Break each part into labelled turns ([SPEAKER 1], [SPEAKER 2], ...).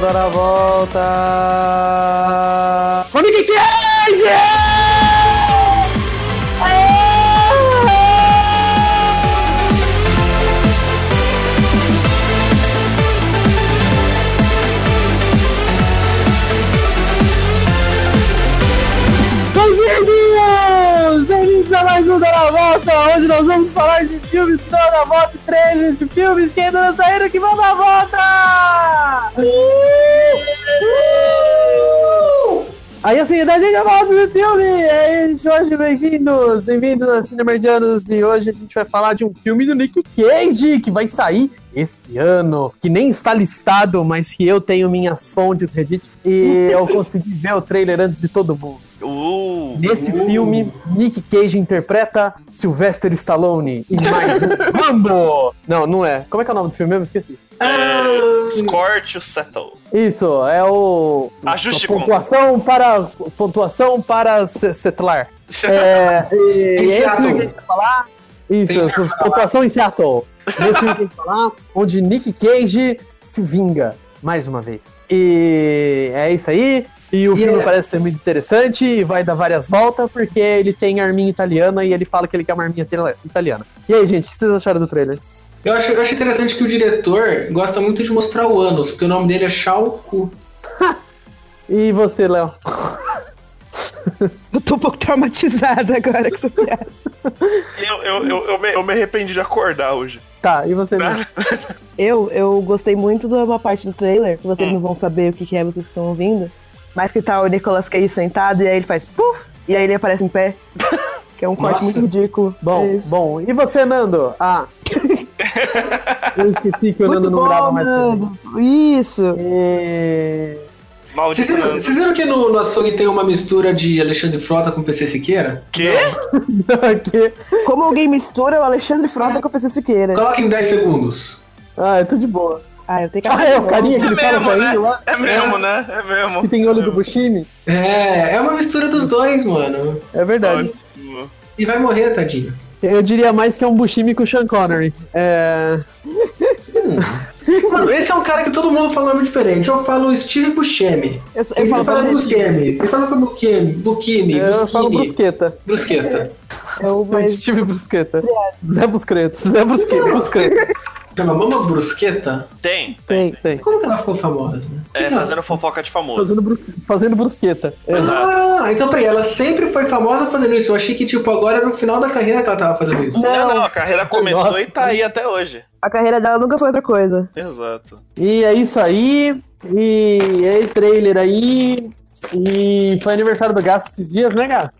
[SPEAKER 1] para a volta. é Monique Cage! Bem-vindos! Bem-vindos a mais um Dona Volta! Hoje nós vamos falar de filmes que dão a volta e trailers de filmes que ainda não saíram que vão dar a volta! Uh! Aí assim, a gente já volta do filme! E aí, gente, hoje, bem-vindos! Bem-vindos a Cinemerdianos! E hoje a gente vai falar de um filme do Nick Cage que vai sair esse ano, que nem está listado, mas que eu tenho minhas fontes Reddit e eu consegui ver o trailer antes de todo mundo.
[SPEAKER 2] Uh,
[SPEAKER 1] Nesse filme, Nick Cage interpreta Sylvester Stallone em mais um Rambo. Não, não é. Como é que é o nome do filme mesmo? Esqueci.
[SPEAKER 2] é, corte o settle.
[SPEAKER 1] Isso, é o...
[SPEAKER 2] Ajuste
[SPEAKER 1] a pontuação para Pontuação para se- settlar. É, e-
[SPEAKER 3] Em
[SPEAKER 1] e é esse
[SPEAKER 3] Seattle.
[SPEAKER 1] filme que a gente vai falar. Isso,
[SPEAKER 3] Tem
[SPEAKER 1] sua pontuação em Seattle. Nesse filme que a gente vai falar, onde Nick Cage se vinga, mais uma vez. E é isso aí. E o
[SPEAKER 3] E
[SPEAKER 1] filme
[SPEAKER 3] é-
[SPEAKER 1] parece ser muito interessante e vai dar várias voltas, porque ele tem arminha italiana e ele fala que ele quer uma arminha tele- italiana. E aí, gente, o que vocês acharam do trailer?
[SPEAKER 3] Eu acho, eu acho interessante que o diretor gosta muito de mostrar o ânus, porque o nome dele é Shao Ku.
[SPEAKER 1] E você, Léo?
[SPEAKER 4] Eu tô um pouco traumatizada agora com essa piada.
[SPEAKER 2] Eu, eu, eu, eu, me, eu me arrependi de acordar hoje.
[SPEAKER 1] Tá, e você, Léo?
[SPEAKER 4] Eu, eu gostei muito de uma parte do trailer, que vocês não vão saber o que, que é, vocês estão ouvindo. Mas que tá o Nicolas Cage sentado e aí ele faz puf, e aí ele aparece em pé. Que é um
[SPEAKER 3] Nossa.
[SPEAKER 4] corte muito ridículo.
[SPEAKER 1] Bom,
[SPEAKER 4] É isso.
[SPEAKER 1] bom. E você, Nando? Ah. Eu esqueci que o
[SPEAKER 4] muito
[SPEAKER 1] Nando não
[SPEAKER 4] bom,
[SPEAKER 1] grava mais. É.
[SPEAKER 4] Nando. Isso.
[SPEAKER 1] E...
[SPEAKER 3] Vocês
[SPEAKER 2] Maldito
[SPEAKER 3] viram,
[SPEAKER 2] Nando.
[SPEAKER 3] vocês viram que no, no açougue tem uma mistura de Alexandre Frota com PC Siqueira?
[SPEAKER 2] Quê?
[SPEAKER 1] Aqui.
[SPEAKER 4] Como alguém mistura o Alexandre Frota com o PC Siqueira.
[SPEAKER 3] Coloca em 10 segundos.
[SPEAKER 1] Ah, eu tô de boa.
[SPEAKER 4] Ah, eu tenho que
[SPEAKER 3] Tá
[SPEAKER 1] Ah, é o carinha que
[SPEAKER 2] É
[SPEAKER 1] ele fala
[SPEAKER 2] mesmo,
[SPEAKER 1] pra
[SPEAKER 2] né?
[SPEAKER 1] ele lá,
[SPEAKER 2] É mesmo, né? É mesmo.
[SPEAKER 1] que tem
[SPEAKER 3] Tá
[SPEAKER 1] olho do Bushimi.
[SPEAKER 3] É, é uma mistura dos dois, mano.
[SPEAKER 1] É verdade.
[SPEAKER 2] Ótimo.
[SPEAKER 3] E vai morrer, tadinho.
[SPEAKER 1] Eu diria mais que é um Bushimi com o Sean Connery. É...
[SPEAKER 3] Mano, esse é um cara que todo mundo fala nome diferente. Eu falo Steve Buscemi.
[SPEAKER 4] Eu,
[SPEAKER 3] Ele
[SPEAKER 4] eu falo pra
[SPEAKER 3] fala
[SPEAKER 4] gente,
[SPEAKER 3] Buscemi. Ele fala Buscemi. Buscemi.
[SPEAKER 1] Eu falo
[SPEAKER 3] Busquini.
[SPEAKER 1] brusqueta.
[SPEAKER 3] Brusqueta.
[SPEAKER 4] eu,
[SPEAKER 1] Eu
[SPEAKER 4] mas É.
[SPEAKER 1] estive brusqueta. Zé Brusqueta. Zé Brusqueta. Brusqueta.
[SPEAKER 3] Chama Mama Brusqueta?
[SPEAKER 2] Tem.
[SPEAKER 1] Tem, tem.
[SPEAKER 3] Como que ela ficou famosa? Que
[SPEAKER 2] É,
[SPEAKER 3] que ela-
[SPEAKER 2] fazendo fofoca de famoso.
[SPEAKER 1] Fazendo, bru... Fazendo brusqueta. É.
[SPEAKER 3] Ah, então peraí, ela sempre foi famosa fazendo isso. Eu achei que, tipo, agora era no final da carreira que ela tava fazendo isso.
[SPEAKER 2] Não,
[SPEAKER 4] Não.
[SPEAKER 2] não, a carreira começou
[SPEAKER 1] Nossa.
[SPEAKER 2] e tá aí até hoje.
[SPEAKER 4] a carreira dela nunca foi outra coisa.
[SPEAKER 2] Exato.
[SPEAKER 1] E é isso aí. E é esse trailer aí. E foi aniversário do Gasco esses dias, né, Gasco?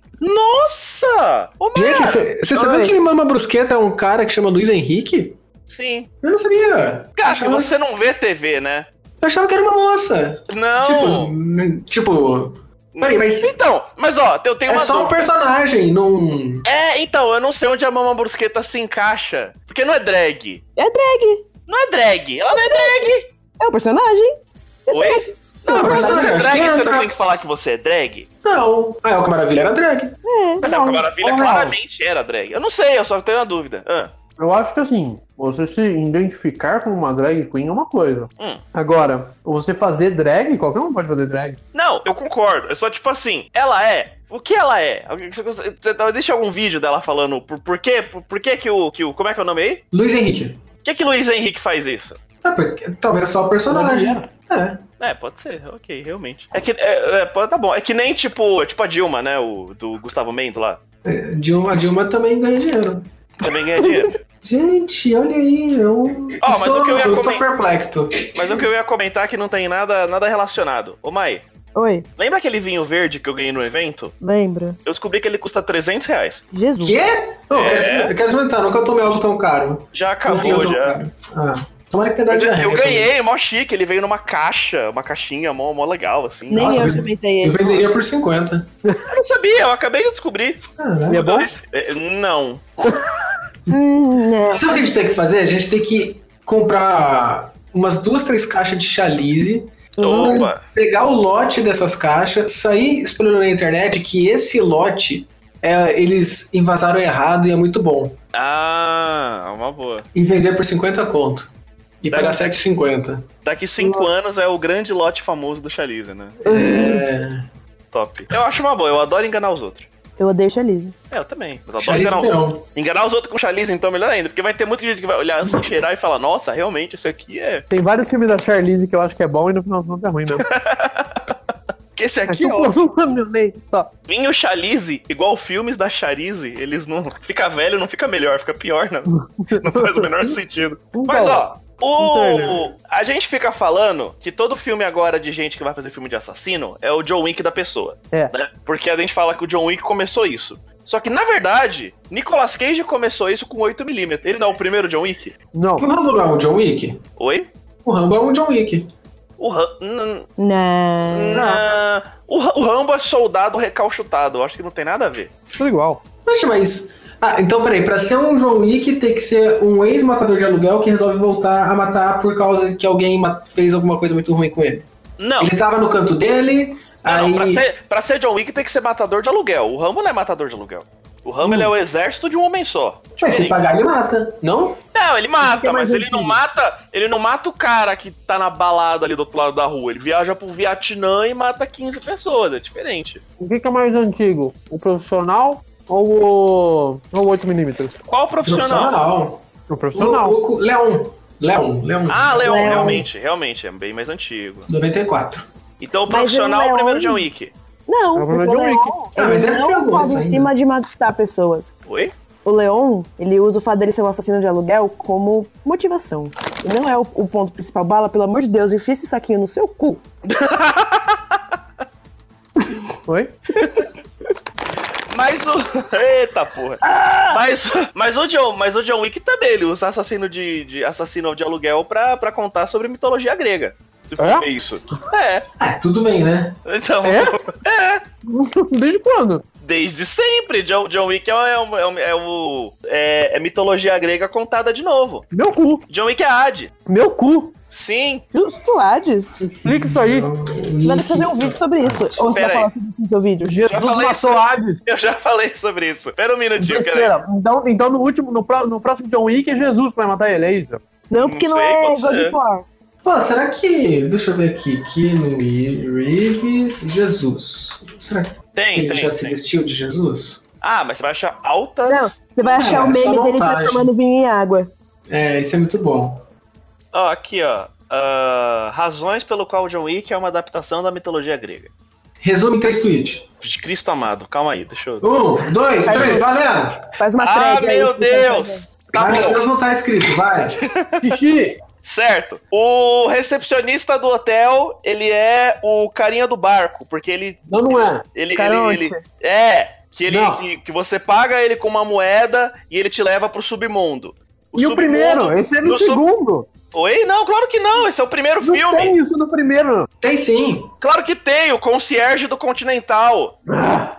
[SPEAKER 2] Nossa! Ô,
[SPEAKER 3] Gente,
[SPEAKER 2] Mara!
[SPEAKER 3] você você
[SPEAKER 4] Oi.
[SPEAKER 3] sabia que Mama Brusqueta é um cara que chama Luiz Henrique?
[SPEAKER 2] Sim.
[SPEAKER 3] Eu não sabia. Eu
[SPEAKER 2] Cara, que
[SPEAKER 3] achava,
[SPEAKER 2] você não vê TV, né?
[SPEAKER 3] eu achava que era uma moça. Tipo,
[SPEAKER 2] Não.
[SPEAKER 3] n- tipo, peraí, mas
[SPEAKER 2] Então, mas ó, eu tenho
[SPEAKER 3] é
[SPEAKER 2] uma
[SPEAKER 3] só um
[SPEAKER 2] dúvida.
[SPEAKER 3] personagem, não.
[SPEAKER 2] É, então, eu não sei onde a Mama Brusqueta se encaixa. Porque não é drag.
[SPEAKER 4] É drag.
[SPEAKER 2] Não é drag. Ela não é drag.
[SPEAKER 4] É um personagem.
[SPEAKER 2] Oi?
[SPEAKER 3] Não,
[SPEAKER 2] Não, mas
[SPEAKER 3] mas
[SPEAKER 2] não é
[SPEAKER 3] drag,
[SPEAKER 2] drag,
[SPEAKER 3] quem
[SPEAKER 2] você
[SPEAKER 3] entra-
[SPEAKER 2] não tem que falar que você é drag?
[SPEAKER 3] Não. Ah, o que maravilha era drag.
[SPEAKER 4] É.
[SPEAKER 2] Mas a Maravilha
[SPEAKER 3] não.
[SPEAKER 2] claramente era drag. Eu não sei, eu só tenho uma dúvida. Ah,
[SPEAKER 1] Eu acho que assim, você se identificar com uma drag queen é uma coisa.
[SPEAKER 2] Hum.
[SPEAKER 1] Agora, você fazer drag, qualquer um pode fazer drag.
[SPEAKER 2] Não, eu concordo. É só tipo assim, ela é. O que ela é? Alguém que Você consegue- você tá- deixa algum vídeo dela falando por, por quê? Por, por que que o, que o. Como é que é o nome aí?
[SPEAKER 3] Luiz Henrique.
[SPEAKER 2] Por que que Luiz Henrique faz isso?
[SPEAKER 3] Ah, porque talvez só o personagem. É.
[SPEAKER 2] É, pode ser, ok, realmente. É que. É, é, pode- tá bom. É que nem tipo. Tipo a Dilma, né? O do Gustavo Mendes lá.
[SPEAKER 3] É, Dilma, a Dilma também ganha dinheiro.
[SPEAKER 2] Também ganha dinheiro.
[SPEAKER 3] Gente, olha aí, eu.
[SPEAKER 2] Ó, mas
[SPEAKER 3] estou,
[SPEAKER 2] o que eu ia
[SPEAKER 3] eu tô
[SPEAKER 2] comentar-
[SPEAKER 3] perplexo.
[SPEAKER 2] Mas o que eu ia comentar é que não tem nada, nada relacionado. Ô, Mai,
[SPEAKER 4] Oi,
[SPEAKER 2] lembra aquele vinho verde que eu ganhei no evento?
[SPEAKER 4] lembra?
[SPEAKER 2] Eu descobri que ele custa 300 reais.
[SPEAKER 4] Jesus.
[SPEAKER 3] Quê? Ô,
[SPEAKER 2] É.
[SPEAKER 3] eu quero- Eu quero experimentar, então, nunca tomei algo tão caro.
[SPEAKER 2] Já
[SPEAKER 3] Nunca
[SPEAKER 2] acabou,
[SPEAKER 3] tomei algo
[SPEAKER 2] já.
[SPEAKER 3] tão caro. Ah, tomara que tenha dado
[SPEAKER 2] Mas eu,
[SPEAKER 3] diarreia
[SPEAKER 2] eu
[SPEAKER 3] também.
[SPEAKER 2] ganhei, mó chique, ele veio numa caixa, uma caixinha mó, mó legal, assim.
[SPEAKER 4] Nem
[SPEAKER 2] Nossa,
[SPEAKER 4] eu
[SPEAKER 3] eu-
[SPEAKER 4] experimentei
[SPEAKER 3] Eu
[SPEAKER 4] esse.
[SPEAKER 3] venderia por Ah, 50.
[SPEAKER 2] eu não sabia, eu acabei de descobrir.
[SPEAKER 3] Caralho.
[SPEAKER 1] Ele é bom?
[SPEAKER 2] É, Não.
[SPEAKER 4] Hum, não.
[SPEAKER 3] Sabe o que a gente tem que fazer? A gente tem que comprar umas duas, três caixas de chalice,
[SPEAKER 2] Opa.
[SPEAKER 3] pegar o lote dessas caixas, sair explorando na internet que esse lote é, eles envasaram errado e é muito bom.
[SPEAKER 2] Ah, uma boa.
[SPEAKER 3] E vender por 50 conto. E pagar 7,50.
[SPEAKER 2] Daqui cinco anos é o grande lote famoso do Chalice, né?
[SPEAKER 3] É.
[SPEAKER 2] Top. Eu acho uma boa, eu adoro enganar os outros.
[SPEAKER 4] Eu odeio Chalice.
[SPEAKER 2] É, eu também. Mas eu adoro
[SPEAKER 3] Charlize
[SPEAKER 2] enganar os outros.
[SPEAKER 3] Theron.
[SPEAKER 2] Enganar os outros com Chalice, então, melhor ainda. Porque vai ter muita gente que vai olhar assim, cheirar e falar, nossa, realmente, isso aqui é...
[SPEAKER 1] Tem vários filmes da Charlize que eu acho que é bom e no final das contas é ruim mesmo.
[SPEAKER 2] Porque esse
[SPEAKER 1] Mas
[SPEAKER 2] aqui, é
[SPEAKER 1] tu
[SPEAKER 2] ó,
[SPEAKER 1] pôs um ano, né? Só.
[SPEAKER 2] vinho Chalice, igual filmes da Charize, eles não... Fica velho, não fica melhor, fica pior, não. Não faz o menor sentido.
[SPEAKER 1] Então,
[SPEAKER 2] Mas, ó... O... A gente fica falando que todo filme agora de gente que vai fazer filme de assassino é o John Wick da pessoa.
[SPEAKER 1] É.
[SPEAKER 2] né? Porque a gente fala que o John Wick começou isso. Só que, na verdade, Nicolas Cage começou isso com 8mm. Ele não é o primeiro John Wick?
[SPEAKER 1] Não.
[SPEAKER 3] O Rambo não é um John Wick?
[SPEAKER 2] Oi?
[SPEAKER 3] O Rambo é um John Wick.
[SPEAKER 2] O, Ram- n-
[SPEAKER 4] Não.
[SPEAKER 2] n- o, Ra- o Rambo é soldado recalchutado. Eu acho que não tem nada a ver.
[SPEAKER 1] Tudo igual.
[SPEAKER 3] Poxa, mas. Ah, então peraí, pra ser um John Wick tem que ser um ex-matador de aluguel que resolve voltar a matar por causa que alguém ma- fez alguma coisa muito ruim com ele.
[SPEAKER 2] Não,
[SPEAKER 3] Ele tava no canto dele, aí.
[SPEAKER 2] É, não pra, ser, pra ser John Wick tem que ser matador de aluguel. O Rambo não é matador de aluguel. O Rambo ele é o exército de um homem só. Tipo
[SPEAKER 3] Mas se
[SPEAKER 2] assim,
[SPEAKER 3] pagar, ele mata, não?
[SPEAKER 2] Não, ele
[SPEAKER 3] Ele quer
[SPEAKER 2] mata,
[SPEAKER 3] mais
[SPEAKER 2] mas
[SPEAKER 3] um
[SPEAKER 2] ele não
[SPEAKER 3] filho.
[SPEAKER 2] mata, ele não mata o cara que tá na balada ali do outro lado da rua. Ele viaja pro Vietnã e mata 15 pessoas, é diferente.
[SPEAKER 1] O que, que é mais antigo? O profissional ou o, ou o 8mm?
[SPEAKER 2] Qual profissional?
[SPEAKER 3] Profissional.
[SPEAKER 1] O profissional.
[SPEAKER 3] Louco. Leon. Leon. Leon.
[SPEAKER 2] Ah, Leon,
[SPEAKER 4] Leon.
[SPEAKER 2] realmente, realmente, é bem mais antigo.
[SPEAKER 3] 94.
[SPEAKER 2] Então o
[SPEAKER 4] Mas
[SPEAKER 2] profissional é
[SPEAKER 4] ele
[SPEAKER 2] o
[SPEAKER 4] não é
[SPEAKER 2] primeiro
[SPEAKER 4] um-
[SPEAKER 2] John Wick.
[SPEAKER 4] Não,
[SPEAKER 1] É o
[SPEAKER 4] porque
[SPEAKER 1] problema
[SPEAKER 4] o
[SPEAKER 1] de
[SPEAKER 4] Leon,
[SPEAKER 3] Ah, mas
[SPEAKER 4] ele
[SPEAKER 3] deve ter
[SPEAKER 4] não
[SPEAKER 3] alguns
[SPEAKER 4] faz em
[SPEAKER 3] ainda.
[SPEAKER 4] cima de matar pessoas.
[SPEAKER 2] Oi?
[SPEAKER 4] O Leon, ele usa o fato dele ser um assassino de aluguel como motivação. E não é o, o ponto principal. Bala, pelo amor de Deus, enfia esse saquinho no seu cu.
[SPEAKER 1] Oi?
[SPEAKER 2] Mas o. Eita porra! Mas, mas, o John, mas o John Wick também, ele usa assassino de, de- assassino de aluguel pra, pra contar sobre mitologia grega. Se for
[SPEAKER 1] É?
[SPEAKER 2] ver isso. É.
[SPEAKER 3] Ah, tudo bem, né?
[SPEAKER 2] Então.
[SPEAKER 1] Desde quando?
[SPEAKER 2] Desde sempre, John, John Wick é, o- é, o- é, o- é o. É, é mitologia grega contada de novo.
[SPEAKER 1] Meu cu.
[SPEAKER 2] John Wick é Hades.
[SPEAKER 1] Meu cu.
[SPEAKER 2] Sim.
[SPEAKER 4] Justo, Hades. Você
[SPEAKER 1] Explica isso aí.
[SPEAKER 4] vai ter que fazer um vídeo sobre isso. Ou você
[SPEAKER 2] Pera
[SPEAKER 4] vai falar
[SPEAKER 2] aí.
[SPEAKER 4] sobre isso no seu vídeo?
[SPEAKER 2] Já
[SPEAKER 1] Jesus
[SPEAKER 2] falei
[SPEAKER 1] matou
[SPEAKER 2] isso.
[SPEAKER 1] Hades.
[SPEAKER 2] Eu já falei sobre isso. Pera um minutinho, cara.
[SPEAKER 1] Besteira. Então, então no último, no, pró- no próximo John Wick é Jesus que vai matar ele, é isso?
[SPEAKER 4] Não, porque não,
[SPEAKER 2] sei,
[SPEAKER 4] é
[SPEAKER 2] pode
[SPEAKER 4] God
[SPEAKER 2] ser.
[SPEAKER 4] of War.
[SPEAKER 3] Pô, será que. Deixa eu ver aqui. Keanu Reeves. Jesus. Será que
[SPEAKER 2] Tem,
[SPEAKER 3] ele
[SPEAKER 2] tem,
[SPEAKER 3] já se
[SPEAKER 2] tem.
[SPEAKER 3] vestiu de Jesus?
[SPEAKER 2] Ah, mas você vai achar altas.
[SPEAKER 4] Não, você vai
[SPEAKER 3] Ah,
[SPEAKER 4] achar o
[SPEAKER 3] é só
[SPEAKER 4] meme dele
[SPEAKER 3] montagem.
[SPEAKER 4] transformando vinho em água.
[SPEAKER 3] É, isso é muito bom.
[SPEAKER 2] Ó, aqui, ó. Ah, razões pelo qual John Wick é uma adaptação da mitologia grega.
[SPEAKER 3] Resume em três tweets.
[SPEAKER 2] De Cristo amado, calma aí, deixa eu.
[SPEAKER 3] Um, dois,
[SPEAKER 1] Tá
[SPEAKER 4] Vai,
[SPEAKER 3] três,
[SPEAKER 4] vai.
[SPEAKER 3] valendo!
[SPEAKER 4] Faz uma
[SPEAKER 2] ah,
[SPEAKER 4] thread aí,
[SPEAKER 2] meu
[SPEAKER 4] você
[SPEAKER 2] Deus! Tá
[SPEAKER 3] Vai,
[SPEAKER 2] bom.
[SPEAKER 3] Deus não tá escrito, vai.
[SPEAKER 1] Xixi.
[SPEAKER 2] Certo. O recepcionista do hotel, ele é o carinha do barco, porque ele.
[SPEAKER 1] Não, não é.
[SPEAKER 2] ele,
[SPEAKER 4] Caronte.
[SPEAKER 2] ele, ele é. Que, ele,
[SPEAKER 1] Não.
[SPEAKER 2] que, que você paga ele com uma moeda e ele te leva pro submundo.
[SPEAKER 1] e o
[SPEAKER 2] submundo-
[SPEAKER 1] primeiro? Esse é no,
[SPEAKER 2] no sub-
[SPEAKER 1] segundo.
[SPEAKER 2] Oi? Não, claro que não. Esse é o primeiro
[SPEAKER 1] Não
[SPEAKER 2] filme.
[SPEAKER 1] tem isso no primeiro.
[SPEAKER 3] Tem sim.
[SPEAKER 2] Claro que tem, o concierge do Continental.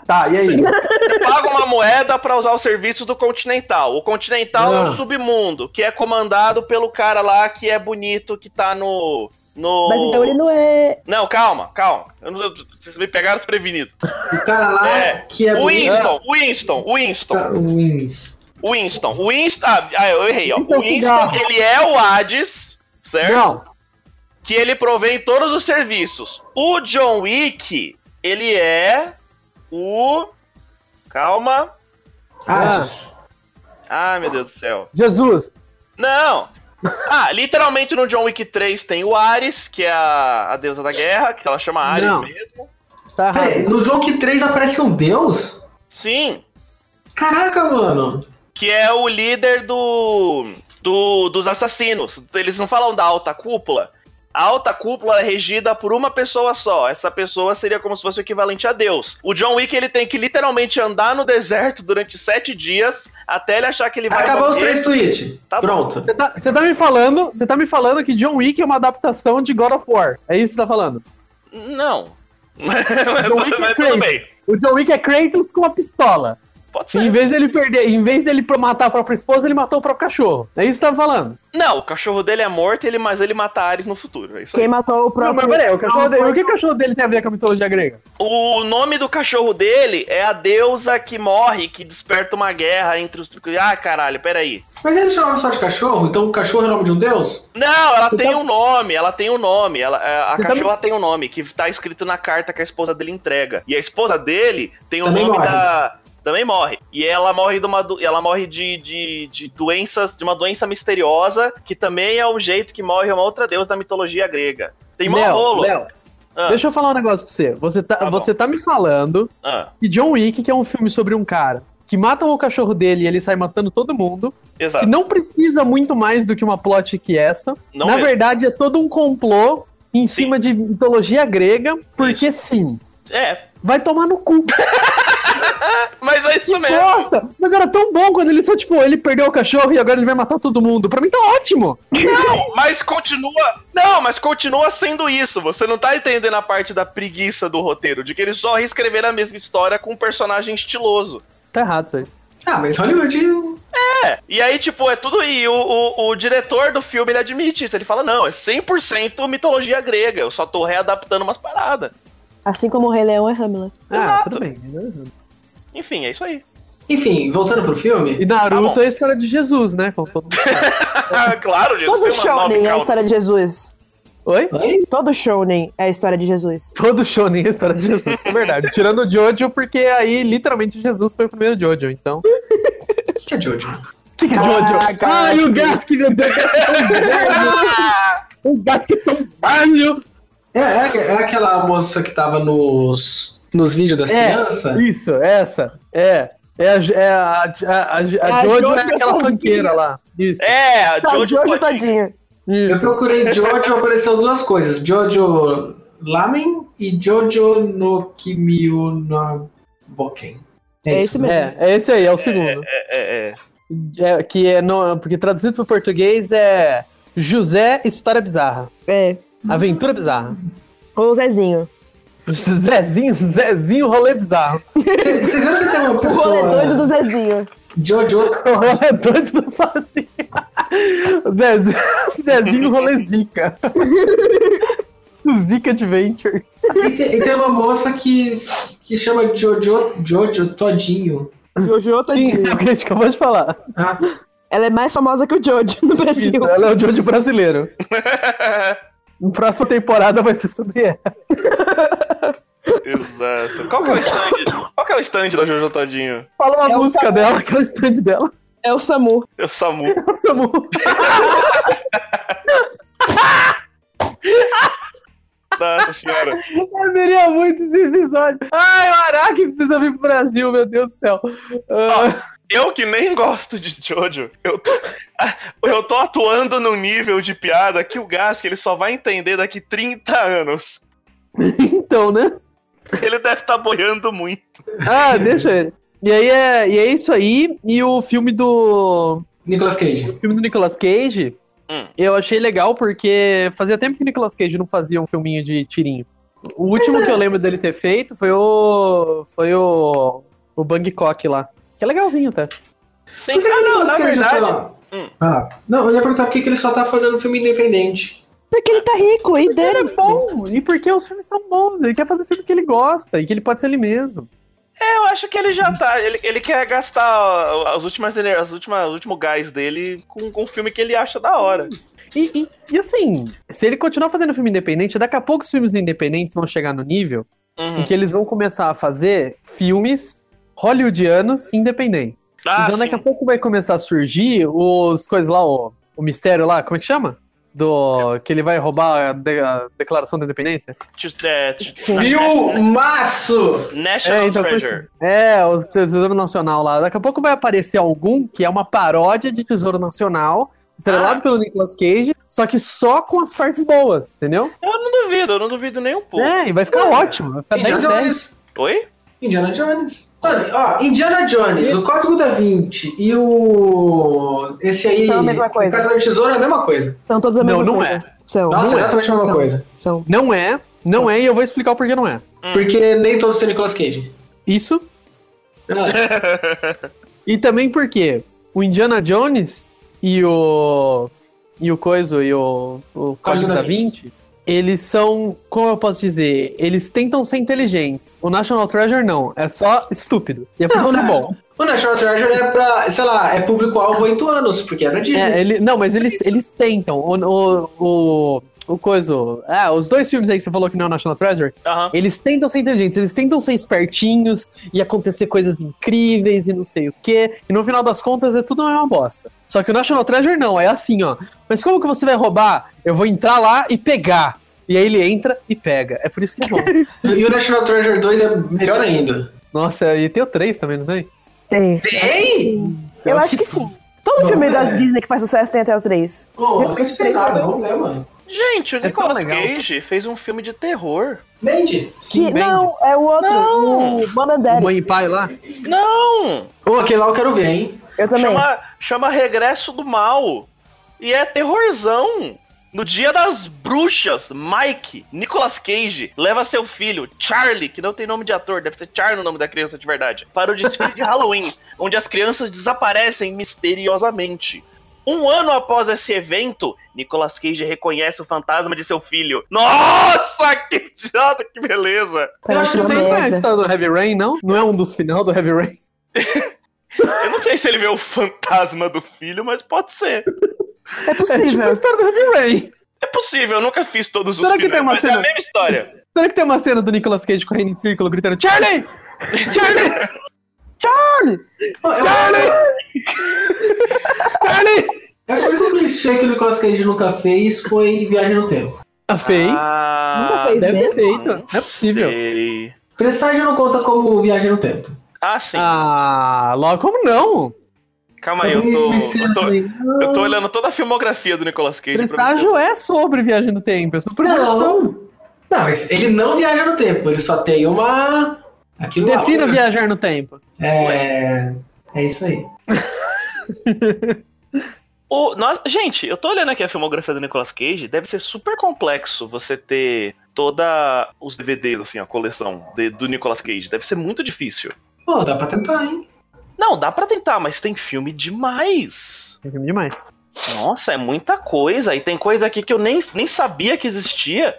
[SPEAKER 1] Tá, e aí?
[SPEAKER 2] Você paga uma moeda pra usar os serviços do Continental. O Continental é
[SPEAKER 1] Ah.
[SPEAKER 2] o submundo, que é comandado pelo cara lá que é bonito, que tá no. no...
[SPEAKER 4] Mas então ele não é.
[SPEAKER 2] Não, calma, calma. Eu não- eu- vocês me pegaram desprevenido.
[SPEAKER 3] O cara lá
[SPEAKER 2] É.
[SPEAKER 3] que é
[SPEAKER 2] Winston, Winston, Winston,
[SPEAKER 3] Tá, o Wins.
[SPEAKER 2] Winston, Winston. Ah, ah, eu errei, ó.
[SPEAKER 1] Então,
[SPEAKER 2] O Winston,
[SPEAKER 1] cigarro.
[SPEAKER 2] ele é o Hades, certo?
[SPEAKER 1] Não.
[SPEAKER 2] Que ele provém todos os serviços. O John Wick, ele é o. Calma.
[SPEAKER 3] Hades.
[SPEAKER 2] Ah, meu Deus do céu.
[SPEAKER 1] Jesus.
[SPEAKER 2] Não! Ah, literalmente no John Wick 3 tem o Ares, que é a, a deusa da guerra, que ela chama Ares
[SPEAKER 1] Não.
[SPEAKER 2] mesmo.
[SPEAKER 1] Tá
[SPEAKER 3] Peraí,
[SPEAKER 1] errado.
[SPEAKER 3] no John Wick 3 aparece um deus?
[SPEAKER 2] Sim,
[SPEAKER 3] Caraca, mano.
[SPEAKER 2] que é o líder do, do- dos assassinos. Eles não falam da alta cúpula. A alta cúpula é regida por uma pessoa só. Essa pessoa seria como se fosse o equivalente a Deus. O John Wick ele tem que literalmente andar no deserto durante sete dias até ele achar que ele vai.
[SPEAKER 3] Acabou os
[SPEAKER 2] morrer.
[SPEAKER 3] três tweets.
[SPEAKER 2] Tá bom.
[SPEAKER 3] Pronto.
[SPEAKER 1] Você tá, você tá me falando, você tá me falando que John Wick é uma adaptação de God of War. É isso que você tá falando.
[SPEAKER 2] Não. mas,
[SPEAKER 1] John Wick
[SPEAKER 2] mas
[SPEAKER 1] é
[SPEAKER 2] tudo
[SPEAKER 1] crente.
[SPEAKER 2] bem.
[SPEAKER 1] O John Wick é Kratos com uma pistola.
[SPEAKER 2] Pode
[SPEAKER 1] Em
[SPEAKER 2] ser.
[SPEAKER 1] vez dele perder, em vez dele pro- matar a própria esposa, ele matou o próprio cachorro. É isso que você tá falando.
[SPEAKER 2] Não, o cachorro dele é morto, ele, mas ele mata Ares no futuro. É isso aí.
[SPEAKER 4] Quem matou o
[SPEAKER 1] Não, um
[SPEAKER 4] próprio.
[SPEAKER 1] mas peraí, o, cachorro
[SPEAKER 4] Não,
[SPEAKER 1] dele,
[SPEAKER 4] foi-
[SPEAKER 1] o que o cachorro dele tem a ver com a mitologia grega?
[SPEAKER 2] O nome do cachorro dele é a deusa que morre, que desperta uma guerra entre os. Ah, caralho, peraí.
[SPEAKER 3] Mas ele chamava só de cachorro, então o cachorro é o nome de um deus?
[SPEAKER 2] Não, ela
[SPEAKER 1] Você
[SPEAKER 2] tem
[SPEAKER 1] tá-
[SPEAKER 2] um nome, ela tem um nome. Ela, a a
[SPEAKER 1] Você tá
[SPEAKER 2] cachorra tem um nome, que tá escrito na carta que a esposa dele entrega. E a esposa dele tem o
[SPEAKER 3] Também
[SPEAKER 2] nome
[SPEAKER 3] morre.
[SPEAKER 2] da. Também morre. E ela morre de uma. do- Ela morre de, de, de doenças, de uma doença misteriosa, que também é o jeito que morre uma outra deusa da mitologia grega. Tem mó
[SPEAKER 1] Léo,
[SPEAKER 2] rolo.
[SPEAKER 1] Léo,
[SPEAKER 2] Ah.
[SPEAKER 1] deixa eu falar um negócio pra você. Você tá,
[SPEAKER 2] Tá bom.
[SPEAKER 1] você tá me falando
[SPEAKER 2] Ah,
[SPEAKER 1] que John Wick, que é um filme sobre um cara que mata o cachorro dele e ele sai matando todo mundo, que
[SPEAKER 2] exato.
[SPEAKER 1] não precisa muito mais do que uma plot que essa.
[SPEAKER 2] Não
[SPEAKER 1] Na
[SPEAKER 2] mesmo.
[SPEAKER 1] verdade, é todo um complô em cima de mitologia grega, porque sim.
[SPEAKER 2] É,
[SPEAKER 1] Vai tomar no cu.
[SPEAKER 2] mas é isso mesmo.
[SPEAKER 1] Nossa, mas era tão bom quando ele só, tipo, ele perdeu o cachorro e agora ele vai matar todo mundo. Pra mim tá ótimo.
[SPEAKER 2] Não, mas continua. Não, mas continua sendo isso. Você não tá entendendo a parte da preguiça do roteiro, de que eles só reescreveram a mesma história com um personagem estiloso.
[SPEAKER 1] Tá errado isso aí.
[SPEAKER 3] Ah, mas Hollywood.
[SPEAKER 2] É, e aí, tipo, é tudo. E o, o, o diretor do filme ele admite isso. Ele fala: não, é 100% mitologia grega. Eu só tô readaptando umas paradas.
[SPEAKER 4] Assim como o Rei Leão é Hamlet.
[SPEAKER 1] Ah,
[SPEAKER 2] Exato.
[SPEAKER 1] tudo bem. né?
[SPEAKER 2] Enfim, é isso aí.
[SPEAKER 3] Enfim, voltando pro filme.
[SPEAKER 1] E Naruto
[SPEAKER 2] Tá bom.
[SPEAKER 1] é a história de Jesus, né? Com todo-
[SPEAKER 2] claro, gente.
[SPEAKER 4] Todo
[SPEAKER 2] tem uma nova
[SPEAKER 4] Shonen é a
[SPEAKER 2] calma.
[SPEAKER 4] história de Jesus.
[SPEAKER 1] Oi?
[SPEAKER 3] Oi?
[SPEAKER 4] Todo Shonen é a história de Jesus.
[SPEAKER 1] Todo shonen é a história de Jesus, isso é verdade. Tirando o Jojo, porque aí literalmente Jesus foi o primeiro Jojo, então.
[SPEAKER 3] O que é Jojo?
[SPEAKER 1] Que que é
[SPEAKER 4] Caraca.
[SPEAKER 1] Ai, o Gask, meu Deus, o Gask é tão velho!
[SPEAKER 2] Ah!
[SPEAKER 1] O Gask é tão velho!
[SPEAKER 3] É, é, é aquela moça que tava nos, nos vídeos das
[SPEAKER 1] É,
[SPEAKER 3] crianças?
[SPEAKER 1] Isso, essa. É. É a, é a, a, a, a
[SPEAKER 4] a
[SPEAKER 1] Jojo,
[SPEAKER 4] Jojo
[SPEAKER 1] é aquela
[SPEAKER 4] todinha.
[SPEAKER 1] fanqueira lá. Isso.
[SPEAKER 2] É, a
[SPEAKER 4] Tá,
[SPEAKER 2] Jojo.
[SPEAKER 4] Jojo
[SPEAKER 2] Todinho.
[SPEAKER 4] todinho.
[SPEAKER 3] Eu
[SPEAKER 1] isso.
[SPEAKER 3] procurei Jojo, apareceu duas coisas. Jojo Lamen e Jojo no Kimio na Boken. né?
[SPEAKER 4] É isso mesmo.
[SPEAKER 1] É, é esse aí, é o segundo.
[SPEAKER 2] É, é.
[SPEAKER 1] É, que é no- porque traduzido para português é José História Bizarra.
[SPEAKER 4] É.
[SPEAKER 1] Aventura Bizarra.
[SPEAKER 4] Ou Zezinho.
[SPEAKER 1] Zezinho, Zezinho Rolê Bizarro.
[SPEAKER 3] Cê- Vocês viram que tem uma
[SPEAKER 4] O rolê doido do
[SPEAKER 3] pessoa.
[SPEAKER 4] Zezinho.
[SPEAKER 3] Jojo.
[SPEAKER 1] O rolê é doido do sozinho. Zezinho, Zezinho Rolê Zica. Zica Adventure.
[SPEAKER 3] E tem, e tem uma moça que, que chama Jojo, Jojo Todinho.
[SPEAKER 4] Jojo
[SPEAKER 1] Sim, é o que a gente acabou de falar.
[SPEAKER 3] Ah,
[SPEAKER 4] Ela é mais famosa que o Jojo no Brasil.
[SPEAKER 1] Isso, ela é o Jojo brasileiro. Na próxima temporada vai ser sobre ela.
[SPEAKER 2] Exato. Qual que é o stand? Qual que é o stand da Jojo Todinho?
[SPEAKER 1] Fala uma
[SPEAKER 4] É o
[SPEAKER 1] música
[SPEAKER 4] Samu.
[SPEAKER 1] dela, que é o stand dela.
[SPEAKER 4] É o Samu.
[SPEAKER 2] É o Samu.
[SPEAKER 1] Samu.
[SPEAKER 2] Nossa senhora.
[SPEAKER 1] Eu veria muito esse episódio. Ai, o Araki precisa vir pro Brasil, meu Deus do céu. Ah,
[SPEAKER 2] Eu que nem gosto de Jojo, eu tô, eu tô atuando num nível de piada que o Gask ele só vai entender daqui 30 anos.
[SPEAKER 1] então, né?
[SPEAKER 2] Ele deve estar tá boiando muito.
[SPEAKER 1] Ah, deixa ele. E aí é, e é isso aí. E o filme do.
[SPEAKER 3] Nicolas Cage.
[SPEAKER 1] O filme do Nicolas Cage,
[SPEAKER 2] Hum.
[SPEAKER 1] eu achei legal porque fazia tempo que o Nicolas Cage não fazia um filminho de tirinho. O último que eu lembro dele ter feito foi o. Foi o. O Bangkok lá. Que é legalzinho até.
[SPEAKER 2] Sem
[SPEAKER 3] Por que, que o Nicolas
[SPEAKER 2] na
[SPEAKER 3] Cage
[SPEAKER 2] verdade.
[SPEAKER 3] só.
[SPEAKER 2] Hum.
[SPEAKER 3] Ah, não, eu ia perguntar por que, que ele só tá fazendo filme independente.
[SPEAKER 4] Porque ele tá rico e
[SPEAKER 1] Ele
[SPEAKER 4] dele.
[SPEAKER 1] é bom. E porque os filmes são bons. Ele quer fazer filme que ele gosta e que ele pode ser ele mesmo.
[SPEAKER 2] É, eu acho que ele já tá. Ele, ele quer gastar as últimas, ener- as últimas, o último gás dele com, com o filme que ele acha da hora.
[SPEAKER 1] E, e- e, assim, se ele continuar fazendo filme independente, daqui a pouco os filmes independentes vão chegar no nível Hum. em
[SPEAKER 2] Uhum.
[SPEAKER 1] que eles vão começar a fazer filmes hollywoodianos independentes.
[SPEAKER 2] Ah,
[SPEAKER 1] então daqui a
[SPEAKER 2] sim.
[SPEAKER 1] pouco vai começar a surgir os coisas lá, o, o mistério lá, como é que chama? Do. Que ele vai roubar a, de- a declaração da independência?
[SPEAKER 2] T- é, t-
[SPEAKER 3] Filmaço!
[SPEAKER 2] National
[SPEAKER 1] É, então,
[SPEAKER 2] Treasure.
[SPEAKER 1] É, o Tesouro Nacional lá. Daqui a pouco vai aparecer algum que é uma paródia de Tesouro Nacional, estrelado
[SPEAKER 2] Ah.
[SPEAKER 1] pelo Nicolas Cage, só que só com as partes boas, entendeu?
[SPEAKER 2] Eu não duvido, eu não duvido nem um pouco.
[SPEAKER 1] É, e vai ficar
[SPEAKER 3] É.
[SPEAKER 1] ótimo. Vai ficar
[SPEAKER 3] Indiana
[SPEAKER 1] 10 10.
[SPEAKER 3] Jones.
[SPEAKER 2] Oi?
[SPEAKER 3] Indiana Jones. Mano, ó, Indiana Jones, o Código da Vinci e o. Esse aí.
[SPEAKER 4] São a mesma coisa.
[SPEAKER 3] O Caçador de Tesouro é a mesma coisa.
[SPEAKER 4] São todos a
[SPEAKER 1] Não,
[SPEAKER 4] mesma
[SPEAKER 1] não
[SPEAKER 4] coisa. São.
[SPEAKER 3] Nossa,
[SPEAKER 4] Não é.
[SPEAKER 3] exatamente a mesma coisa.
[SPEAKER 4] São.
[SPEAKER 1] Não é, não é, e eu vou explicar o porquê não é.
[SPEAKER 2] Hum.
[SPEAKER 3] Porque nem todos têm Nicolas Cage.
[SPEAKER 1] Isso, E também porque o Indiana Jones e o. E o Coiso e o, o Código da Vinci, eles são. Como eu posso dizer? Eles tentam ser inteligentes. O National Treasure não. É só estúpido. E é por isso que é
[SPEAKER 3] cara.
[SPEAKER 1] bom.
[SPEAKER 3] O National Treasure é pra, sei lá, é público-alvo 8 anos, porque é da Disney.
[SPEAKER 1] É, ele, não, mas eles, eles tentam. O. o, o o coiso. Ah, os dois filmes aí que você falou que não é o National Treasure,
[SPEAKER 2] Aham.
[SPEAKER 1] eles tentam ser inteligentes, eles tentam ser espertinhos e acontecer coisas incríveis e não sei o quê. E no final das contas é tudo uma bosta. Só que o National Treasure não, é assim, ó. Mas como que você vai roubar? Eu vou entrar lá e pegar. E aí ele entra e pega. É por isso que é bom.
[SPEAKER 3] E o National Treasure 2 é melhor ainda.
[SPEAKER 1] Nossa, e tem o 3 também, não tem?
[SPEAKER 4] Tem.
[SPEAKER 3] Tem?
[SPEAKER 4] Eu acho que sim. Todo filme da
[SPEAKER 3] é.
[SPEAKER 4] Disney que faz sucesso tem até o 3.
[SPEAKER 3] Pô, não tem que esperar, não, né, mano?
[SPEAKER 2] Gente, o
[SPEAKER 1] É tão
[SPEAKER 2] Nicolas
[SPEAKER 1] legal.
[SPEAKER 2] Cage fez um filme de terror.
[SPEAKER 3] Mente.
[SPEAKER 1] Sim,
[SPEAKER 4] Que,
[SPEAKER 1] bem.
[SPEAKER 4] não, é o outro,
[SPEAKER 2] Não.
[SPEAKER 4] o Mom and
[SPEAKER 1] O
[SPEAKER 4] Daddy.
[SPEAKER 1] mãe e pai lá?
[SPEAKER 2] Não!
[SPEAKER 3] Ô, aquele lá eu quero ver, hein?
[SPEAKER 4] Eu também.
[SPEAKER 2] Chama, chama Regresso do Mal. E é terrorzão. No dia das bruxas, Mike, Nicolas Cage, leva seu filho, Charlie, que não tem nome de ator, deve ser Charlie o nome da criança de verdade, para o desfile de Halloween, onde as crianças desaparecem misteriosamente. Um ano após esse evento, Nicolas Cage reconhece o fantasma de seu filho. Nossa, que idiota, que beleza!
[SPEAKER 3] Eu acho
[SPEAKER 4] Parece
[SPEAKER 3] que
[SPEAKER 4] uma
[SPEAKER 1] Vocês não é a
[SPEAKER 4] merda.
[SPEAKER 1] história do Heavy Rain, não? Não é um dos final do Heavy Rain?
[SPEAKER 2] Eu não sei se ele vê o fantasma do filho, mas pode ser.
[SPEAKER 1] É
[SPEAKER 4] É
[SPEAKER 1] tipo a
[SPEAKER 4] possível.
[SPEAKER 1] história do Heavy Rain.
[SPEAKER 2] É possível, eu nunca fiz todos os
[SPEAKER 1] Será que
[SPEAKER 2] finais,
[SPEAKER 1] tem uma
[SPEAKER 2] mas é
[SPEAKER 1] cena-
[SPEAKER 2] a mesma história.
[SPEAKER 1] Será que tem uma cena do Nicolas Cage correndo em círculo gritando Charlie! Charlie! Charlie!
[SPEAKER 3] Pô, Eu,
[SPEAKER 1] Charlie! Charlie!
[SPEAKER 3] eu acho que o único clichê que o Nicolas Cage nunca fez foi Viagem no Tempo.
[SPEAKER 1] Ah, fez? né?
[SPEAKER 2] Ah,
[SPEAKER 4] Nunca fez
[SPEAKER 1] Deve ter
[SPEAKER 4] mesmo?
[SPEAKER 1] feito. Não é possível.
[SPEAKER 2] sei.
[SPEAKER 3] Presságio não conta como Viagem no Tempo.
[SPEAKER 2] Ah, sim.
[SPEAKER 1] Ah, logo como não?
[SPEAKER 2] Calma aí, eu tô, eu, tô, eu tô olhando toda a filmografia do Nicolas Cage. pra ver se eu-
[SPEAKER 1] Presságio é sobre viagem no tempo, é sobre versão.
[SPEAKER 3] Não. Não, mas ele não viaja no tempo, ele só tem uma. Aquilo lá.
[SPEAKER 1] Defina viajar no tempo.
[SPEAKER 3] É. É isso aí.
[SPEAKER 2] O- nós- gente, eu tô olhando aqui a filmografia do Nicolas Cage, deve ser super complexo você ter toda os DVDs, assim, a coleção de- do Nicolas Cage. Deve ser muito difícil.
[SPEAKER 3] Pô, dá pra tentar, hein?
[SPEAKER 2] Não, dá pra tentar, mas tem filme demais.
[SPEAKER 1] É filme demais.
[SPEAKER 2] Nossa, é muita coisa. E tem coisa aqui que eu nem, nem sabia que existia.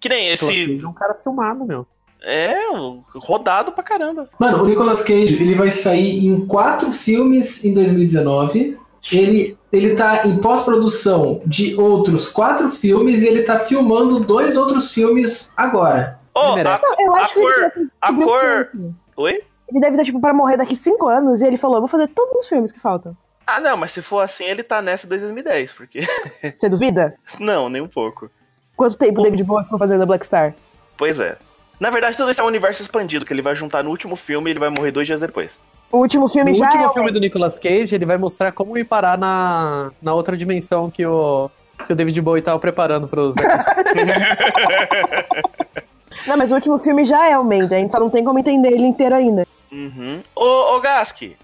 [SPEAKER 2] Que nem
[SPEAKER 1] Nicolas
[SPEAKER 2] esse.
[SPEAKER 1] Cage é um cara filmado, meu.
[SPEAKER 2] É, o- rodado pra caramba.
[SPEAKER 3] Mano, o Nicolas Cage, ele vai sair em quatro filmes em 2019. Ele, ele tá em pós-produção de outros quatro filmes e ele tá filmando dois outros filmes agora.
[SPEAKER 2] Oh,
[SPEAKER 1] Ele merece.
[SPEAKER 2] a,
[SPEAKER 4] Não, eu
[SPEAKER 2] a
[SPEAKER 4] acho que ele
[SPEAKER 2] cor-
[SPEAKER 4] deve ter
[SPEAKER 2] a
[SPEAKER 4] descobrido
[SPEAKER 2] cor.
[SPEAKER 4] tudo.
[SPEAKER 2] Oi?
[SPEAKER 4] Ele deve estar, tipo, pra morrer daqui 5 anos. E ele falou, vou fazer todos os filmes que faltam.
[SPEAKER 2] Ah, não, mas se for assim, ele tá nessa desde 2010, porque.
[SPEAKER 4] Você duvida?
[SPEAKER 2] não, nem um pouco.
[SPEAKER 4] Quanto tempo o David Bowie ficou fazendo a Black Star?
[SPEAKER 2] Pois é. Na verdade, tudo isso é um universo expandido, que ele vai juntar no último filme e ele vai morrer dois dias depois.
[SPEAKER 4] O último filme
[SPEAKER 1] No
[SPEAKER 4] já
[SPEAKER 1] último
[SPEAKER 4] é...
[SPEAKER 1] filme do Nicolas Cage, ele vai mostrar como ir parar na, na outra dimensão que o, que o David Bowie tava preparando pros
[SPEAKER 4] Não, mas o último filme já é o Mandy. A gente só não tem como entender ele inteiro ainda.
[SPEAKER 2] Uhum. Ô, ô Gaski,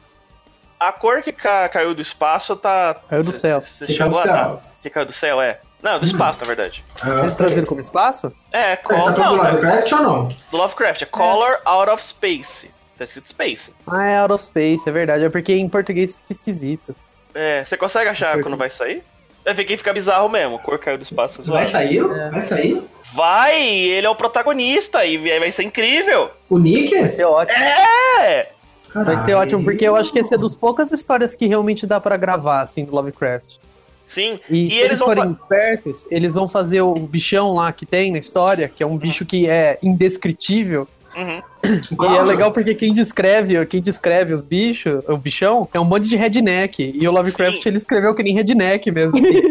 [SPEAKER 2] a cor que ca- caiu do espaço tá.
[SPEAKER 1] Caiu do céu.
[SPEAKER 2] Você
[SPEAKER 3] Que é o
[SPEAKER 2] chegou a-
[SPEAKER 3] céu.
[SPEAKER 2] Que caiu do céu, é. Não, do espaço, na verdade.
[SPEAKER 3] Ah,
[SPEAKER 1] Eles traduziram como espaço?
[SPEAKER 2] É,
[SPEAKER 3] Mas tá
[SPEAKER 2] color.
[SPEAKER 3] falando do
[SPEAKER 2] Não, é
[SPEAKER 3] Lovecraft ou não?
[SPEAKER 2] do Lovecraft, é Color Out of Space. Tá escrito Space.
[SPEAKER 1] Ah, é out of space, é verdade. É porque em português fica esquisito.
[SPEAKER 2] É, você consegue achar quando vai sair? É, fica, fica bizarro mesmo, a cor caiu do espaço. é
[SPEAKER 3] Vai
[SPEAKER 2] zoado.
[SPEAKER 3] sair? Vai sair?
[SPEAKER 2] Vai, ele é o protagonista e vai ser incrível.
[SPEAKER 3] O Nick?
[SPEAKER 1] Vai ser ótimo.
[SPEAKER 2] É!
[SPEAKER 1] Vai ser ótimo, porque eu acho que esse é dos poucas histórias que realmente dá pra gravar, assim, do Lovecraft.
[SPEAKER 2] Sim.
[SPEAKER 1] E,
[SPEAKER 2] E
[SPEAKER 1] se
[SPEAKER 2] eles
[SPEAKER 1] eles,
[SPEAKER 2] vão
[SPEAKER 1] forem espertos, eles vão fazer o bichão lá que tem na história, que é um bicho que é indescritível.
[SPEAKER 2] Uhum.
[SPEAKER 1] E é legal porque quem descreve, quem descreve os bichos, o bichão, é um monte de redneck. E o Lovecraft,
[SPEAKER 2] Sim.
[SPEAKER 1] ele escreveu que nem redneck mesmo, assim.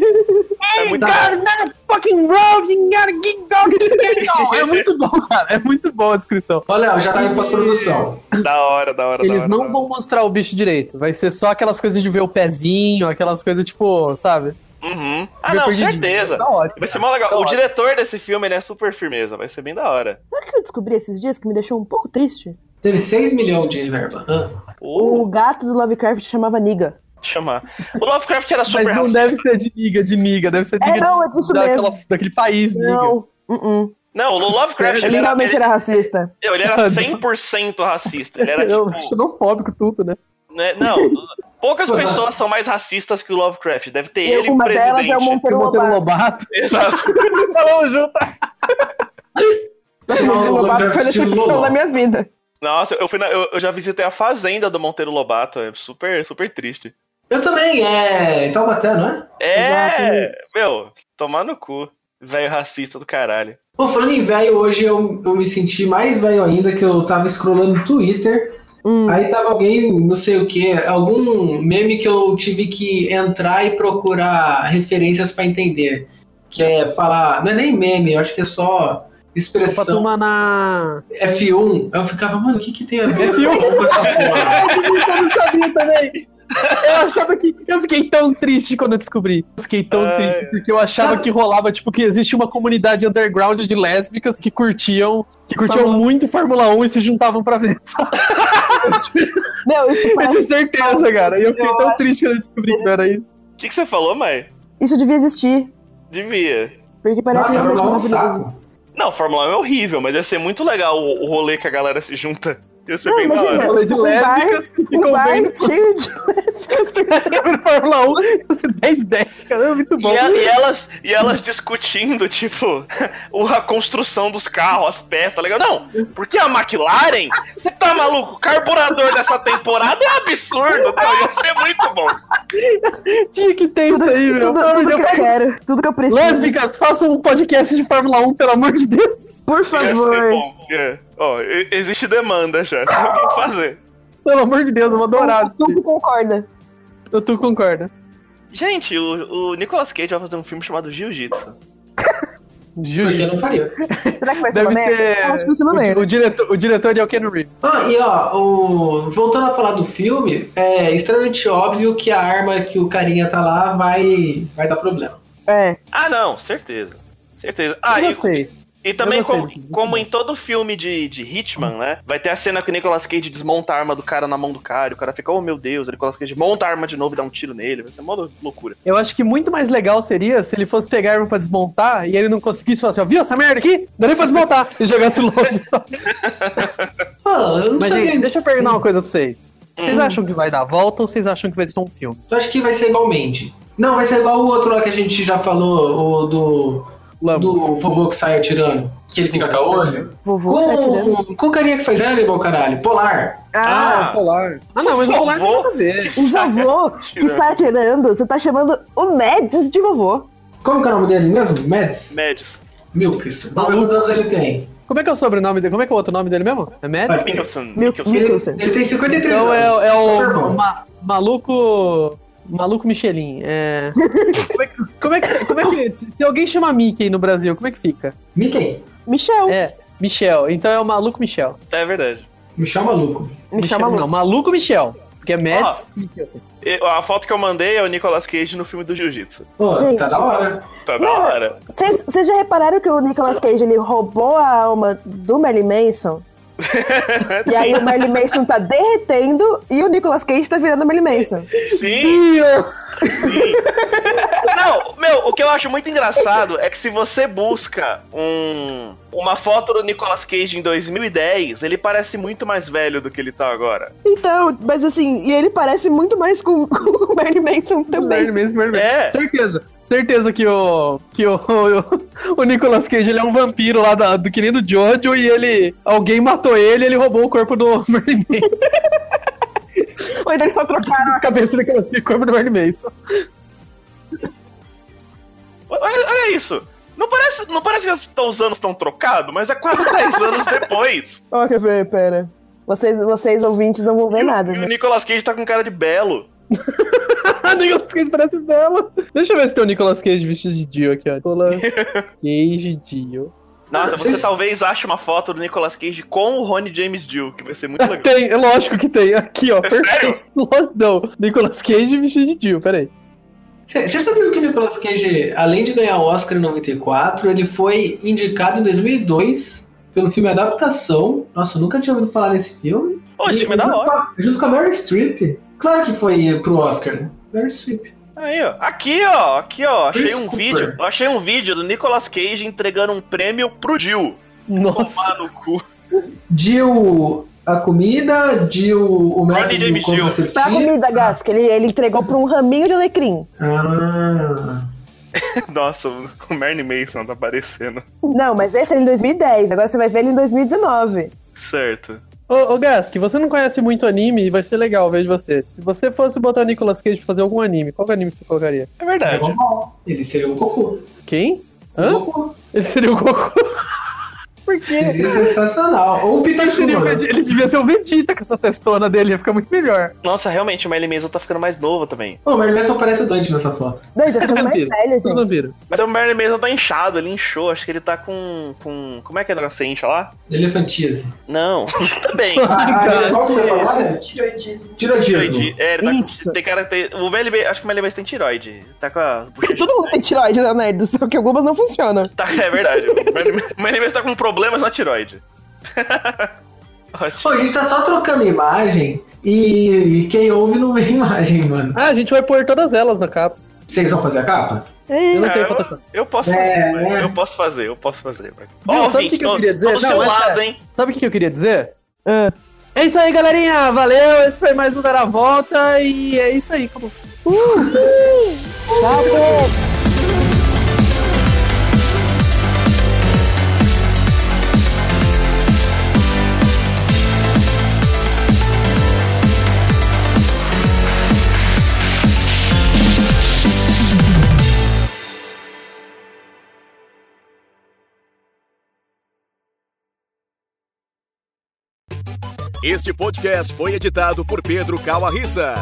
[SPEAKER 2] É muito
[SPEAKER 1] Cara, nada fucking road, you gotta get going, get going. É muito bom, cara. É muito boa a descrição.
[SPEAKER 3] Olha, já tá em pós-produção.
[SPEAKER 2] da hora, da hora, da
[SPEAKER 1] Eles
[SPEAKER 2] hora, da
[SPEAKER 1] não
[SPEAKER 2] hora.
[SPEAKER 1] vão mostrar o bicho direito. Vai ser só aquelas coisas de ver o pezinho, aquelas coisas tipo, sabe?
[SPEAKER 2] Uhum. Ah,
[SPEAKER 1] Ver
[SPEAKER 2] não,
[SPEAKER 1] perdidinho.
[SPEAKER 2] certeza.
[SPEAKER 1] Tá ótimo.
[SPEAKER 2] Vai ser mó legal.
[SPEAKER 1] Tá
[SPEAKER 2] O
[SPEAKER 1] ótimo.
[SPEAKER 2] diretor desse filme, ele é super firmeza. Vai ser bem da hora.
[SPEAKER 4] Sabe o que eu descobri esses dias que me deixou um pouco triste?
[SPEAKER 3] Teve 6 milhões de verba. Ah,
[SPEAKER 2] Uh,
[SPEAKER 4] O gato do Lovecraft chamava Niga.
[SPEAKER 2] chamar. O Lovecraft era super
[SPEAKER 1] Mas não
[SPEAKER 2] racista.
[SPEAKER 1] deve ser de niga, de niga. Deve ser de
[SPEAKER 4] É,
[SPEAKER 1] niga
[SPEAKER 4] não, é disso
[SPEAKER 1] daquela-
[SPEAKER 4] mesmo.
[SPEAKER 1] daquele país, niga.
[SPEAKER 4] Não. Uh-uh.
[SPEAKER 2] Não, o Lovecraft,
[SPEAKER 4] Ele,
[SPEAKER 2] ele era,
[SPEAKER 4] realmente
[SPEAKER 2] ele,
[SPEAKER 4] era racista.
[SPEAKER 2] ele era 100% racista. Ele era,
[SPEAKER 1] Eu
[SPEAKER 2] tipo,
[SPEAKER 1] xenofóbico tudo, né?
[SPEAKER 2] né, não, poucas pessoas são mais racistas que o Lovecraft. Deve ter ele e o
[SPEAKER 4] uma delas
[SPEAKER 2] presidente.
[SPEAKER 4] é o Monteiro
[SPEAKER 1] Monteiro
[SPEAKER 4] Lobato.
[SPEAKER 1] um Lobato.
[SPEAKER 2] Exato.
[SPEAKER 1] Falamos junto.
[SPEAKER 4] O Monteiro Lobato foi é a
[SPEAKER 3] Lovecraft de
[SPEAKER 4] decepção
[SPEAKER 3] Lolo.
[SPEAKER 4] da minha vida.
[SPEAKER 2] Nossa, eu, fui na- eu- eu já visitei a fazenda do Monteiro Lobato. É super, super triste.
[SPEAKER 3] Eu também, é. Em Taubaté, não é?
[SPEAKER 2] É,
[SPEAKER 4] né?
[SPEAKER 2] meu, tomar no cu. Velho racista do caralho.
[SPEAKER 3] Bom, falando em velho, hoje eu, eu me senti mais velho ainda, que eu tava scrollando no Twitter.
[SPEAKER 4] Hum.
[SPEAKER 3] Aí tava alguém, não sei o que, algum meme que eu tive que entrar e procurar referências pra entender. Que é falar, não é nem meme, eu acho que é só
[SPEAKER 1] Pra
[SPEAKER 3] expressão
[SPEAKER 1] turma na.
[SPEAKER 3] F1. Aí eu ficava, mano, o que que tem a ver
[SPEAKER 1] F1?
[SPEAKER 3] com essa porra?
[SPEAKER 1] Eu não sabia também. Eu achava que. Eu fiquei tão triste quando eu descobri. Eu fiquei tão
[SPEAKER 2] Ai,
[SPEAKER 1] triste, porque eu achava
[SPEAKER 3] Sabe-
[SPEAKER 1] que rolava, tipo, que existe uma comunidade underground de lésbicas que curtiam, que curtiam
[SPEAKER 4] Fórmula- um.
[SPEAKER 1] muito Fórmula 1 e se juntavam pra ver. Sabe?
[SPEAKER 4] Meu, isso
[SPEAKER 1] Eu
[SPEAKER 4] parece
[SPEAKER 1] tinha certeza, cara. E eu fiquei
[SPEAKER 4] Eu
[SPEAKER 1] tão
[SPEAKER 4] acho
[SPEAKER 1] triste quando eu descobri que não era isso.
[SPEAKER 2] O que, que você falou, mãe?
[SPEAKER 4] Isso devia existir.
[SPEAKER 2] Devia.
[SPEAKER 4] Porque parece
[SPEAKER 3] Nossa,
[SPEAKER 4] realmente
[SPEAKER 3] Fórmula 1 é um
[SPEAKER 4] maravilhoso.
[SPEAKER 3] saco.
[SPEAKER 2] Não, Fórmula 1 é horrível, mas ia ser muito legal o, o rolê que a galera se junta. Ia ser
[SPEAKER 4] Não,
[SPEAKER 2] bem da
[SPEAKER 4] imagina.
[SPEAKER 2] hora.
[SPEAKER 1] Falei de
[SPEAKER 4] Um bar-
[SPEAKER 1] lésbicas que
[SPEAKER 4] Um
[SPEAKER 1] ficam
[SPEAKER 4] bar
[SPEAKER 1] vendo
[SPEAKER 4] cheio de
[SPEAKER 1] sobre Fórmula 1. Eu sei 10, 10, cara. É muito
[SPEAKER 2] E,
[SPEAKER 1] bom.
[SPEAKER 2] a- e elas, e elas discutindo, tipo, o- a construção dos carros, as peças, tá legal? Não, porque a McLaren, você tá maluco? O carburador dessa temporada é absurdo, não, ia ser muito bom.
[SPEAKER 1] Tinha que ter isso aí, meu.
[SPEAKER 4] tudo,
[SPEAKER 1] Pelo amor de
[SPEAKER 4] tudo que eu
[SPEAKER 1] Deus.
[SPEAKER 4] quero, tudo que eu preciso.
[SPEAKER 1] Lésbicas, façam um podcast de Fórmula 1, pelo amor de Deus.
[SPEAKER 4] Por
[SPEAKER 2] Ia ser
[SPEAKER 4] favor.
[SPEAKER 2] bom. É. Ó, e- existe demanda já, tem alguém pra fazer.
[SPEAKER 1] Pelo amor de Deus, eu vou adorar.
[SPEAKER 4] Tu- tu concorda.
[SPEAKER 1] Eu tu concorda.
[SPEAKER 2] Gente, o, o Nicolas Cage vai fazer um filme chamado Jiu-Jitsu.
[SPEAKER 3] Porque eu não faria.
[SPEAKER 4] Será que vai ser
[SPEAKER 1] Deve
[SPEAKER 4] uma merda?
[SPEAKER 1] ser-
[SPEAKER 4] Eu Acho que vai ser uma
[SPEAKER 1] O,
[SPEAKER 4] merda.
[SPEAKER 1] o diretor, o diretor é o Ken Reeves.
[SPEAKER 3] Ah, e ó, o- voltando a falar do filme, é extremamente óbvio que a arma que o carinha tá lá vai, vai dar problema.
[SPEAKER 4] É.
[SPEAKER 2] Ah, não, certeza. Certeza. Ah,
[SPEAKER 1] eu
[SPEAKER 2] e,
[SPEAKER 1] gostei.
[SPEAKER 2] e também,
[SPEAKER 1] eu gostei
[SPEAKER 2] como,
[SPEAKER 1] desse filme.
[SPEAKER 2] como em todo filme de, de Hitman, né? Vai ter a cena que o Nicolas Cage desmonta a arma do cara na mão do cara. E o cara fica, oh meu Deus, o Nicolas Cage monta a arma de novo e dá um tiro nele. Vai ser uma lou- loucura.
[SPEAKER 1] Eu acho que muito mais legal seria se ele fosse pegar a arma pra desmontar e ele não conseguisse falar assim, ó, viu essa merda aqui? Não dá nem pra desmontar e jogasse longe. Só.
[SPEAKER 3] Ah, eu não
[SPEAKER 1] Mas,
[SPEAKER 3] sei.
[SPEAKER 1] gente, deixa eu perguntar uma coisa pra vocês. Vocês
[SPEAKER 2] Hum.
[SPEAKER 1] acham que vai dar volta ou vocês acham que vai ser só um filme?
[SPEAKER 3] Eu acho que vai ser igualmente. Não, vai ser igual o outro lá que a gente já falou, o do,
[SPEAKER 1] Lama.
[SPEAKER 3] do vovô que sai atirando. Que ele fica com a olho.
[SPEAKER 4] Vovô, tá tirando.
[SPEAKER 3] Com, com o carinha que faz Hannibal, caralho. Polar.
[SPEAKER 4] Ah,
[SPEAKER 2] Ah,
[SPEAKER 1] Polar. Ah, não, mas o
[SPEAKER 2] Por
[SPEAKER 1] Polar tem
[SPEAKER 2] favor.
[SPEAKER 1] nada a ver.
[SPEAKER 4] o vovô que
[SPEAKER 2] Tirando.
[SPEAKER 4] sai atirando, você tá chamando o Mads de vovô.
[SPEAKER 3] Como que é o nome dele mesmo? Mads?
[SPEAKER 2] Médios.
[SPEAKER 3] Milks. Vamos ver quantos anos ele tem.
[SPEAKER 1] Como é que é o sobrenome dele? Como é que é o outro nome dele mesmo? É Mads?
[SPEAKER 3] Vai.
[SPEAKER 2] Mikkelsen.
[SPEAKER 4] Meu-
[SPEAKER 2] Mikkelsen.
[SPEAKER 3] Ele,
[SPEAKER 4] Mikkelsen.
[SPEAKER 3] ele tem 53
[SPEAKER 1] Então
[SPEAKER 3] anos.
[SPEAKER 1] é, é
[SPEAKER 3] Super
[SPEAKER 1] o
[SPEAKER 3] Tá bom.
[SPEAKER 1] ma- maluco. Maluco Michelin. É. como, é que, como, é que, como é que- Se alguém chama Mickey no Brasil, como é que fica?
[SPEAKER 3] Mickey.
[SPEAKER 4] Michel.
[SPEAKER 1] É, Michel. Então é o maluco Michel.
[SPEAKER 2] É verdade.
[SPEAKER 3] Michel Maluco.
[SPEAKER 4] Michel
[SPEAKER 1] Não,
[SPEAKER 4] Maluco.
[SPEAKER 1] maluco Michel. Porque é Mads. Mikkelsen.
[SPEAKER 2] E a foto que eu mandei é o Nicolas Cage no filme do Jiu-Jitsu.
[SPEAKER 3] Pô,
[SPEAKER 4] Gente.
[SPEAKER 3] tá da hora.
[SPEAKER 2] Tá da
[SPEAKER 4] Não,
[SPEAKER 2] hora.
[SPEAKER 4] Vocês vocês já repararam que o Nicolas Cage ele roubou a alma do Merlin Manson? e aí o Merlin Manson tá derretendo e o Nicolas Cage tá virando o Merlin Manson.
[SPEAKER 2] Sim. Sim. Não, meu, o que eu acho muito engraçado é que se você busca um, uma foto do Nicolas Cage em 2010, ele parece muito mais velho do que ele tá agora.
[SPEAKER 4] Então, mas assim, e ele parece muito mais com, com o Merlin Manson também.
[SPEAKER 1] Merlin mesmo, Merlin mesmo.
[SPEAKER 2] É.
[SPEAKER 1] Certeza. Certeza que o. que o, o, o Nicolas Cage ele é um vampiro lá da- do que nem do Jojo e ele. Alguém matou ele e ele roubou o corpo do Merlin Mason.
[SPEAKER 4] Ou então eles só trocaram
[SPEAKER 1] a cabeça do Nicolas Cage e o corpo do Merlin Mason.
[SPEAKER 2] Olha, olha isso. Não parece, não parece que os anos estão trocados, mas é quase 10 anos depois.
[SPEAKER 4] Ó, quer ver? Pera. Vocês, vocês ouvintes não vão ver nada,
[SPEAKER 2] E o
[SPEAKER 4] né?
[SPEAKER 2] Nicolas Cage tá com cara de belo.
[SPEAKER 1] Ah, Nicolas Cage parece dela. Deixa eu ver se tem o Nicolas Cage vestido de Dio aqui, ó. Nicolas Cage Dio.
[SPEAKER 2] Nossa, você
[SPEAKER 3] Vocês-
[SPEAKER 2] talvez ache uma foto do Nicolas Cage com o Ronnie James Dio, que vai ser muito legal. É
[SPEAKER 1] Tem, é lógico que tem. Aqui, ó.
[SPEAKER 2] sério?
[SPEAKER 1] perfeito. Lógico, não. Nicolas Cage vestido de Dio, peraí.
[SPEAKER 3] Você você sabia que o Nicolas Cage, além de ganhar o Oscar em 94, ele foi indicado em 2002 pelo filme Adaptação. Nossa, eu nunca tinha ouvido falar nesse filme.
[SPEAKER 2] Pô, esse
[SPEAKER 3] E-
[SPEAKER 2] filme é da
[SPEAKER 3] junto
[SPEAKER 2] hora.
[SPEAKER 3] com a- Junto com a Meryl Streep. Claro que foi pro Oscar, né? Meryl Streep.
[SPEAKER 2] Aí, ó. Aqui, ó. Aqui, ó. Achei um
[SPEAKER 3] Desculpa.
[SPEAKER 2] vídeo. eu Achei um vídeo do Nicolas Cage entregando um prêmio pro Jill.
[SPEAKER 1] Nossa.
[SPEAKER 2] Tomar no cu.
[SPEAKER 3] Jill a comida, Jill o
[SPEAKER 2] Rodney
[SPEAKER 3] médico
[SPEAKER 2] James Dio.
[SPEAKER 4] Tá a
[SPEAKER 3] contraceptivo.
[SPEAKER 4] comida, Gas, que ele, ele entregou pra um raminho de alecrim.
[SPEAKER 3] Ah,
[SPEAKER 2] Nossa, o Merny Mason tá aparecendo.
[SPEAKER 4] Não, mas esse era em 2010, agora você vai ver ele em 2019.
[SPEAKER 2] Certo.
[SPEAKER 1] Ô, ô Gas, que você não conhece muito anime, vai ser legal ver de você. Se você fosse botar o Nicolas Cage pra fazer algum anime, qual anime que você colocaria?
[SPEAKER 2] É verdade.
[SPEAKER 3] normal. Ele seria um o Goku.
[SPEAKER 1] Quem?
[SPEAKER 3] O
[SPEAKER 1] Hã?
[SPEAKER 3] Goku
[SPEAKER 1] Ele seria o Goku. Por quê?
[SPEAKER 3] seria sensacional. Ou o né?
[SPEAKER 1] Ele, tá
[SPEAKER 3] Pikachu,
[SPEAKER 1] seria o
[SPEAKER 3] mano.
[SPEAKER 1] Vegeta- ele devia ser o Vegeta com essa testona dele, ia ficar muito melhor.
[SPEAKER 2] Nossa, realmente, o Merlin Mason tá ficando mais novo também.
[SPEAKER 3] Ô, mas ele só parece o Dante nessa foto.
[SPEAKER 4] Não, ele tá ficando mais
[SPEAKER 1] Vampiro.
[SPEAKER 4] velho,
[SPEAKER 1] Tudo
[SPEAKER 4] gente.
[SPEAKER 1] vampiro.
[SPEAKER 2] Mas o Merlin Mason tá inchado, ele inchou. Acho que ele tá com. com como é que é o negócio que você incha lá?
[SPEAKER 3] Elefantíase.
[SPEAKER 2] Não. tá bem.
[SPEAKER 3] Ah,
[SPEAKER 1] Cara,
[SPEAKER 3] qual que você falou? Olha,
[SPEAKER 5] Tiroidismo.
[SPEAKER 3] Tiroidismo.
[SPEAKER 2] É, ele tá
[SPEAKER 4] Isso.
[SPEAKER 2] com, tem cara que tem, o Merlin, Ma- acho que o Merlin Mason tem tiroide. Tá com a bochecha-
[SPEAKER 4] Todo mundo tem tiroide, né, Nerd? Só que algumas não funcionam.
[SPEAKER 2] Tá, é verdade. O Merlin Ma- o Merlin Mason tá com problemas na tiroide. Ótimo.
[SPEAKER 3] Pô, a gente tá só trocando imagem e, e quem ouve não vê imagem, mano.
[SPEAKER 1] Ah, a gente vai pôr todas elas na capa.
[SPEAKER 3] Vocês vão fazer a capa?
[SPEAKER 1] Eu não
[SPEAKER 2] Ah,
[SPEAKER 1] tenho
[SPEAKER 2] eu-
[SPEAKER 1] Photoshop.
[SPEAKER 2] Eu posso
[SPEAKER 3] É,
[SPEAKER 2] fazer, mas-
[SPEAKER 3] é.
[SPEAKER 2] eu posso fazer, eu posso fazer. mas-
[SPEAKER 1] Não,
[SPEAKER 2] Ó,
[SPEAKER 1] sabe o
[SPEAKER 2] ouvinte,
[SPEAKER 1] que que eu
[SPEAKER 2] tô-
[SPEAKER 1] queria dizer?
[SPEAKER 2] Tô do
[SPEAKER 1] Não, é-
[SPEAKER 2] seu
[SPEAKER 1] mas
[SPEAKER 2] lado,
[SPEAKER 1] sério.
[SPEAKER 2] hein?
[SPEAKER 1] Sabe o que que eu queria dizer?
[SPEAKER 4] Ah.
[SPEAKER 1] É isso aí, galerinha. Valeu. Esse foi mais um Dar a Volta. E é isso aí. Acabou. Uh!
[SPEAKER 6] Este podcast foi editado por Pedro Calarissa.